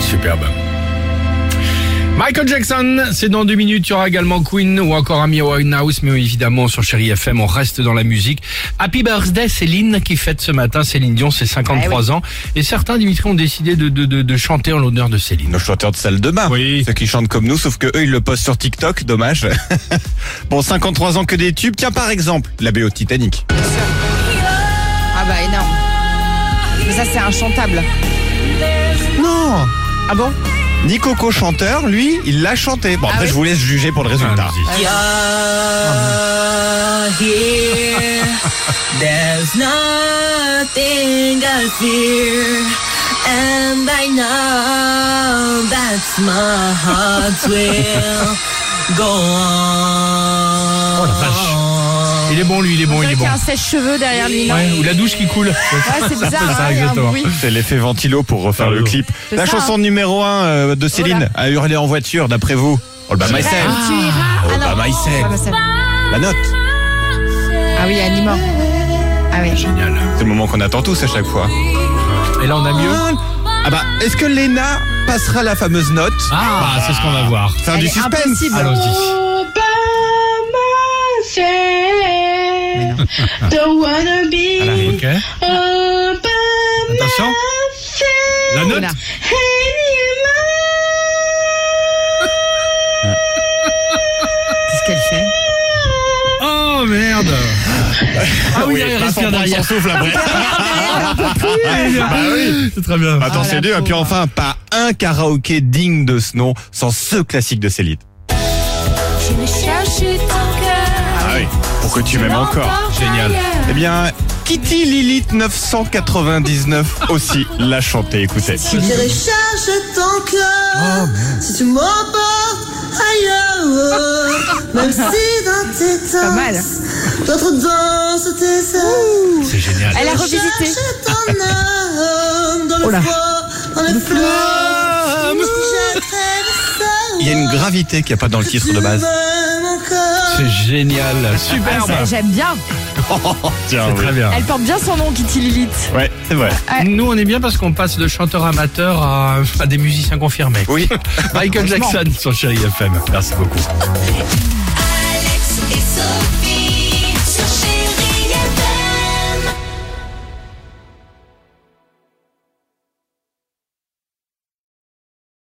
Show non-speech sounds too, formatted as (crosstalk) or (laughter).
superbe. Michael Jackson, c'est dans deux minutes. Il y aura également Queen ou encore Amy Winehouse, mais évidemment sur Chéri FM, on reste dans la musique. Happy Birthday Céline qui fête ce matin. Céline Dion, c'est 53 ans. Et certains, Dimitri, ont décidé de, de, de, de chanter en l'honneur de Céline. Nos chanteurs de salle de bain. Oui. Ceux qui chantent comme nous, sauf que eux, ils le postent sur TikTok, dommage. (laughs) bon, 53 ans que des tubes. Tiens, par exemple, la BO Titanic. Ah bah énorme. Mais ça c'est inchantable. Non Ah bon Ah Nico Coco chanteur, lui, il l'a chanté. Bon, après, oui je vous laisse juger Ah, pour le résultat. Allons-y. You're here. (laughs) There's nothing I fear. And I know that my heart will go on. Oh la vache. Il est bon, lui, il est bon, il est Il y bon. a un sèche-cheveux derrière lui, non Ouais, ou la douche qui coule. Ouais, c'est un peu bizarre, ça, hein, il y a un exactement. bruit. C'est l'effet ventilo pour refaire Ah, le lourd. clip. C'est La ça, hein. chanson numéro 1 de Céline à hurler en voiture, d'après vous. Oh, bah, Bref, myself. tu iras. Oh, bah, myself. Ah, bah, ça- La note. Ah oui, Anima. Ah oui. Génial. C'est le moment qu'on attend tous à chaque fois. Et là, on a mieux. Ah bah, est-ce que Léna passera la fameuse note Ah, c'est ce qu'on va voir. Fin Elle du est suspense impossible. Allons-y. Don't wanna be Ok. Attention. La note. Oula. Qu'est-ce qu'elle fait Oh merde. Ah oui, elle reste bien derrière. souffle après. (laughs) (laughs) bah oui. C'est très bien. Attends, Ah, c'est la dur. Et puis pauvre. enfin, pas un karaoké digne de ce nom sans ce classique de Céline. Ah oui. Pour que tu m'aimes encore. Génial. Eh bien, Kitty Lilith 999 aussi l'a chanté. Écoutez. Je recherche ton Ah, cœur si tu m'emportes (laughs) ailleurs. Même si dans tes Pas mal. hein. danses, d'autres danses tes C'est génial. Elle a revisité. Cherche ton âme dans Oh le là. froid, dans les flammes. flammes. Je traverse Il y a une gravité qu'il n'y a pas dans le titre de base. mon corps. C'est génial. Ah, Superbe. ça, J'aime bien. Tiens, ah, oui. Très bien. Elle porte bien son nom, Kitty Lilith. Ouais, c'est vrai. Ouais. Nous, on est bien parce qu'on passe de chanteurs amateurs à, à des musiciens confirmés. Oui. Michael Jackson sur Chéri FM. Merci beaucoup. Alex et Sophie.